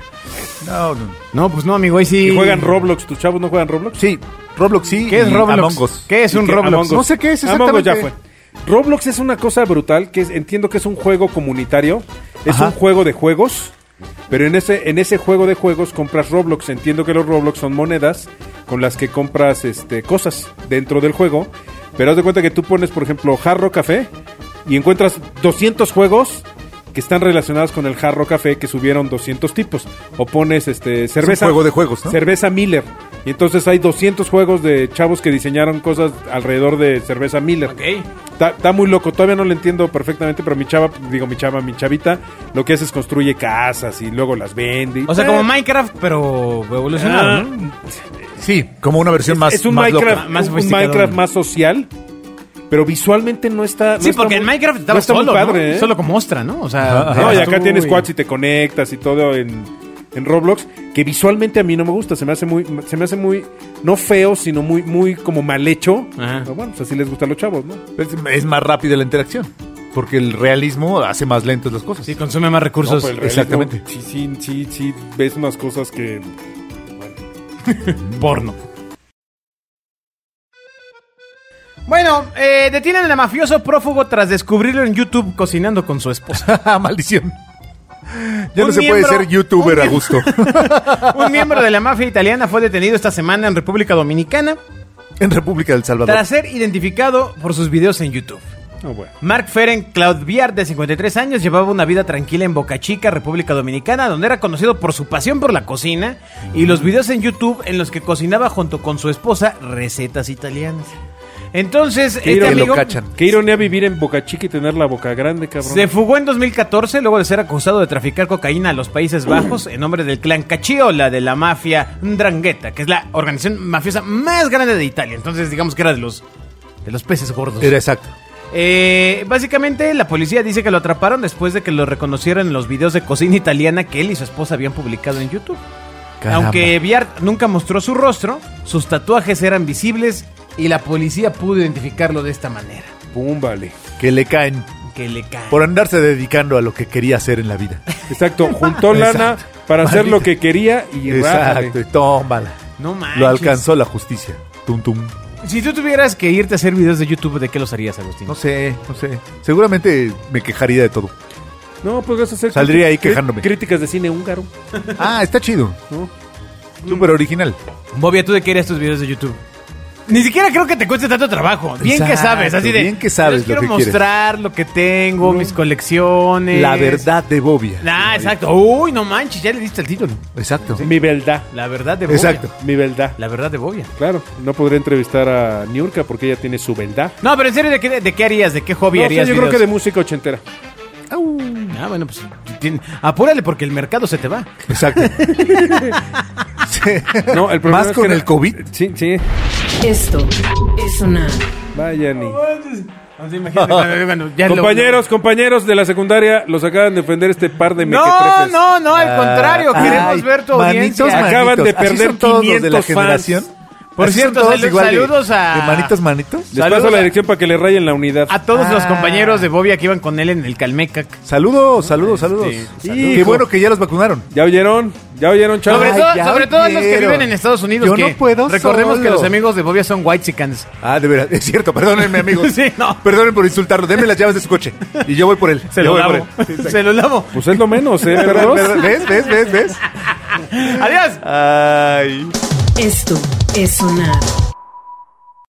[SPEAKER 2] No, no.
[SPEAKER 4] No, pues no, amigo, ahí sí.
[SPEAKER 3] Y juegan Roblox. ¿Tus chavos no juegan Roblox?
[SPEAKER 2] Sí, Roblox sí.
[SPEAKER 4] ¿Qué es
[SPEAKER 2] y
[SPEAKER 4] Roblox?
[SPEAKER 2] Among Us.
[SPEAKER 4] ¿Qué es
[SPEAKER 3] ¿Y
[SPEAKER 4] un
[SPEAKER 3] qué?
[SPEAKER 4] Roblox?
[SPEAKER 3] Among Us.
[SPEAKER 2] No sé qué es
[SPEAKER 3] Among Us ya fue.
[SPEAKER 2] exactamente.
[SPEAKER 3] Roblox es una cosa brutal que es- entiendo que es un juego comunitario, es
[SPEAKER 2] Ajá.
[SPEAKER 3] un juego de juegos, pero en ese en ese juego de juegos compras Roblox, entiendo que los Roblox son monedas con las que compras este cosas dentro del juego, pero haz de cuenta que tú pones, por ejemplo, Jarro Café y encuentras 200 juegos que están relacionados con el Jarro Café que subieron 200 tipos o pones este cerveza
[SPEAKER 2] juego de juegos, ¿no?
[SPEAKER 3] cerveza Miller. Y entonces hay 200 juegos de chavos que diseñaron cosas alrededor de cerveza Miller.
[SPEAKER 4] Ok.
[SPEAKER 3] Está, está muy loco, todavía no lo entiendo perfectamente, pero mi chava, digo mi chava, mi chavita, lo que hace es construye casas y luego las vende. y-
[SPEAKER 4] O sea, como
[SPEAKER 3] Eh, Ah.
[SPEAKER 4] Minecraft, pero evolucionado, ¿no?
[SPEAKER 2] Sí, como una versión
[SPEAKER 3] es,
[SPEAKER 2] más
[SPEAKER 3] es un
[SPEAKER 2] más
[SPEAKER 3] Minecraft,
[SPEAKER 2] loca.
[SPEAKER 4] más
[SPEAKER 3] un
[SPEAKER 4] sofisticado.
[SPEAKER 3] Minecraft más social, pero visualmente no está. no
[SPEAKER 4] Sí,
[SPEAKER 3] está
[SPEAKER 4] porque en
[SPEAKER 3] muy-
[SPEAKER 4] Minecraft
[SPEAKER 3] no
[SPEAKER 4] estaba
[SPEAKER 3] está muy
[SPEAKER 4] solo,
[SPEAKER 3] padre,
[SPEAKER 4] ¿no?
[SPEAKER 3] ¿eh?
[SPEAKER 4] Solo como ostra, ¿no? O
[SPEAKER 2] Ajá,
[SPEAKER 4] sea,
[SPEAKER 2] ajá.
[SPEAKER 3] No, y
[SPEAKER 4] eras
[SPEAKER 3] acá
[SPEAKER 4] tú
[SPEAKER 3] tienes quads y te conectas y todo en, en Roblox, que visualmente a mí no me gusta, se me hace muy, se me hace muy, no feo, sino muy, muy como mal hecho.
[SPEAKER 4] Ajá.
[SPEAKER 3] Pero bueno, pues así les gusta a los chavos, ¿no?
[SPEAKER 2] Es, es más rápida la interacción. Porque el realismo hace más lentas las cosas.
[SPEAKER 4] Sí, consume más recursos.
[SPEAKER 3] No, pero Pues el
[SPEAKER 2] exactamente.
[SPEAKER 3] realismo, Sí, sí, sí, sí, ves unas cosas que...
[SPEAKER 4] porno. Bueno, eh, detienen al mafioso prófugo tras descubrirlo en YouTube cocinando con su esposa.
[SPEAKER 2] Ah, Maldición. Ya
[SPEAKER 4] Un
[SPEAKER 2] no se
[SPEAKER 4] miembro-
[SPEAKER 2] puede ser youtuber a gusto.
[SPEAKER 4] Un miembro de la mafia italiana fue detenido esta semana en República Dominicana
[SPEAKER 2] en República del Salvador.
[SPEAKER 4] tras ser identificado por sus videos en YouTube.
[SPEAKER 3] No, bueno.
[SPEAKER 4] Mark Feren Claudviar, de 53 años, llevaba una vida tranquila en Boca Chica, República Dominicana, donde era conocido por su pasión por la cocina y los videos en YouTube en los que cocinaba junto con su esposa recetas italianas. Entonces, este
[SPEAKER 2] ironía.
[SPEAKER 4] amigo
[SPEAKER 2] Lo cachan.
[SPEAKER 3] Qué ironía vivir en Boca Chica y tener la boca grande, cabrón.
[SPEAKER 4] se fugó en 2014 luego de ser acusado de traficar cocaína a los Países Bajos en nombre del clan Cachiola de la mafia Ndrangheta, que es la organización mafiosa más grande de Italia. Entonces, digamos que era de los de los peces gordos.
[SPEAKER 2] Era exacto.
[SPEAKER 4] Eh, básicamente, la policía dice que lo atraparon después de que lo reconocieron en los videos de cocina italiana que él y su esposa habían publicado en YouTube.
[SPEAKER 2] Caramba.
[SPEAKER 4] Aunque Viart nunca mostró su rostro, sus tatuajes eran visibles y la policía pudo identificarlo de esta manera.
[SPEAKER 3] Pum, vale.
[SPEAKER 2] Que le caen
[SPEAKER 4] Que le cae.
[SPEAKER 2] por andarse dedicando a lo que quería hacer en la vida.
[SPEAKER 3] Exacto, juntó lana, para hacer
[SPEAKER 2] Maldita.
[SPEAKER 3] lo que quería y
[SPEAKER 2] Exacto,
[SPEAKER 3] rájate.
[SPEAKER 2] y tómala.
[SPEAKER 4] No manches.
[SPEAKER 2] Lo alcanzó la justicia. Tum, tum.
[SPEAKER 4] Si tú tuvieras que irte a hacer videos de YouTube, ¿de qué los harías, Agustín?
[SPEAKER 2] No sé, no sé. Seguramente me quejaría de todo.
[SPEAKER 3] No, pues vas a hacer
[SPEAKER 2] Saldría ahí
[SPEAKER 3] cri-
[SPEAKER 2] quejándome.
[SPEAKER 3] Críticas de cine húngaro.
[SPEAKER 2] Ah, está chido.
[SPEAKER 3] ¿no?
[SPEAKER 2] Mm. Súper original.
[SPEAKER 4] Bobia, ¿tú de qué harías tus videos de YouTube? Ni siquiera creo que te cueste tanto trabajo. Bien que
[SPEAKER 2] Exacto,
[SPEAKER 4] sabes, así de.
[SPEAKER 2] bien que sabes
[SPEAKER 4] les
[SPEAKER 2] lo
[SPEAKER 4] quiero
[SPEAKER 2] que quieres.
[SPEAKER 4] mostrar lo que tengo, mis colecciones.
[SPEAKER 2] La verdad de Bobia.
[SPEAKER 4] Ah, exacto. Uy, no manches, ya le diste el título.
[SPEAKER 2] Exacto.
[SPEAKER 3] Mi verdad,
[SPEAKER 4] La verdad de Bobia.
[SPEAKER 2] Exacto.
[SPEAKER 3] mi verdad.
[SPEAKER 4] La verdad de Bobia.
[SPEAKER 3] Claro, no podría entrevistar a Niurka porque ella tiene su verdad.
[SPEAKER 4] No, pero en serio, ¿de qué, de qué harías? ¿De qué hobby
[SPEAKER 3] No, o sea,
[SPEAKER 4] harías?
[SPEAKER 3] yo creo que de
[SPEAKER 4] videos?
[SPEAKER 3] música ochentera.
[SPEAKER 4] Ah, bueno, pues. tien- Apúrale porque el mercado se te va.
[SPEAKER 2] Exacto. Sí.
[SPEAKER 3] No, el problema
[SPEAKER 2] Más
[SPEAKER 3] es
[SPEAKER 2] con
[SPEAKER 3] que-
[SPEAKER 2] el COVID.
[SPEAKER 3] Sí, sí.
[SPEAKER 1] Esto es sonar.
[SPEAKER 3] Vayan y...
[SPEAKER 4] Ya lo-
[SPEAKER 3] Compañeros, compañeros de la secundaria, los acaban de ofender este par de
[SPEAKER 4] No, Ah,
[SPEAKER 3] mequetrefes.
[SPEAKER 4] no, no, al contrario,
[SPEAKER 2] Ah, Ay,
[SPEAKER 4] queremos ver tu
[SPEAKER 2] manitos,
[SPEAKER 4] audiencia.
[SPEAKER 2] manitos.
[SPEAKER 3] Acaban de
[SPEAKER 2] ¿Así son
[SPEAKER 3] perder
[SPEAKER 2] todos los de la
[SPEAKER 3] 500 fans.
[SPEAKER 2] generación.
[SPEAKER 4] Por
[SPEAKER 2] ¿Así
[SPEAKER 4] cierto,
[SPEAKER 2] son todos
[SPEAKER 4] salu-
[SPEAKER 2] igual de-
[SPEAKER 4] saludos a-
[SPEAKER 2] de manitos, manitos.
[SPEAKER 3] Les
[SPEAKER 4] Saludos
[SPEAKER 3] paso la
[SPEAKER 4] a-
[SPEAKER 3] dirección para que le rayen la unidad.
[SPEAKER 4] A todos los
[SPEAKER 2] Ah.
[SPEAKER 4] compañeros de Bobia que iban con él en el Calmecac.
[SPEAKER 2] Saludos, saludos, saludos.
[SPEAKER 3] Hijo.
[SPEAKER 2] Qué bueno que ya los vacunaron.
[SPEAKER 3] ¿Ya oyeron? ¿Ya oyeron, chavos?
[SPEAKER 4] Sobre,
[SPEAKER 2] Ay,
[SPEAKER 4] todo,
[SPEAKER 2] ya
[SPEAKER 4] sobre todo los que
[SPEAKER 2] oyeron.
[SPEAKER 4] viven en Estados Unidos.
[SPEAKER 2] Yo
[SPEAKER 4] que
[SPEAKER 2] no puedo
[SPEAKER 4] Recordemos que
[SPEAKER 2] solo.
[SPEAKER 4] los amigos de Bobia son whitesicans.
[SPEAKER 2] Ah, de veras, es cierto, perdónenme, amigos.
[SPEAKER 4] Sí, no.
[SPEAKER 2] Perdonen por insultarlo. Denme las llaves de su coche y yo voy por él.
[SPEAKER 4] Se
[SPEAKER 2] Yo
[SPEAKER 4] lo
[SPEAKER 2] voy por
[SPEAKER 4] lavo.
[SPEAKER 2] él.
[SPEAKER 4] Se lo lavo.
[SPEAKER 3] Pues es lo menos, ¿eh, perros?
[SPEAKER 2] ¿Ves, ves, ves, ves?
[SPEAKER 4] Adiós.
[SPEAKER 2] Ay.
[SPEAKER 1] Esto es sonar.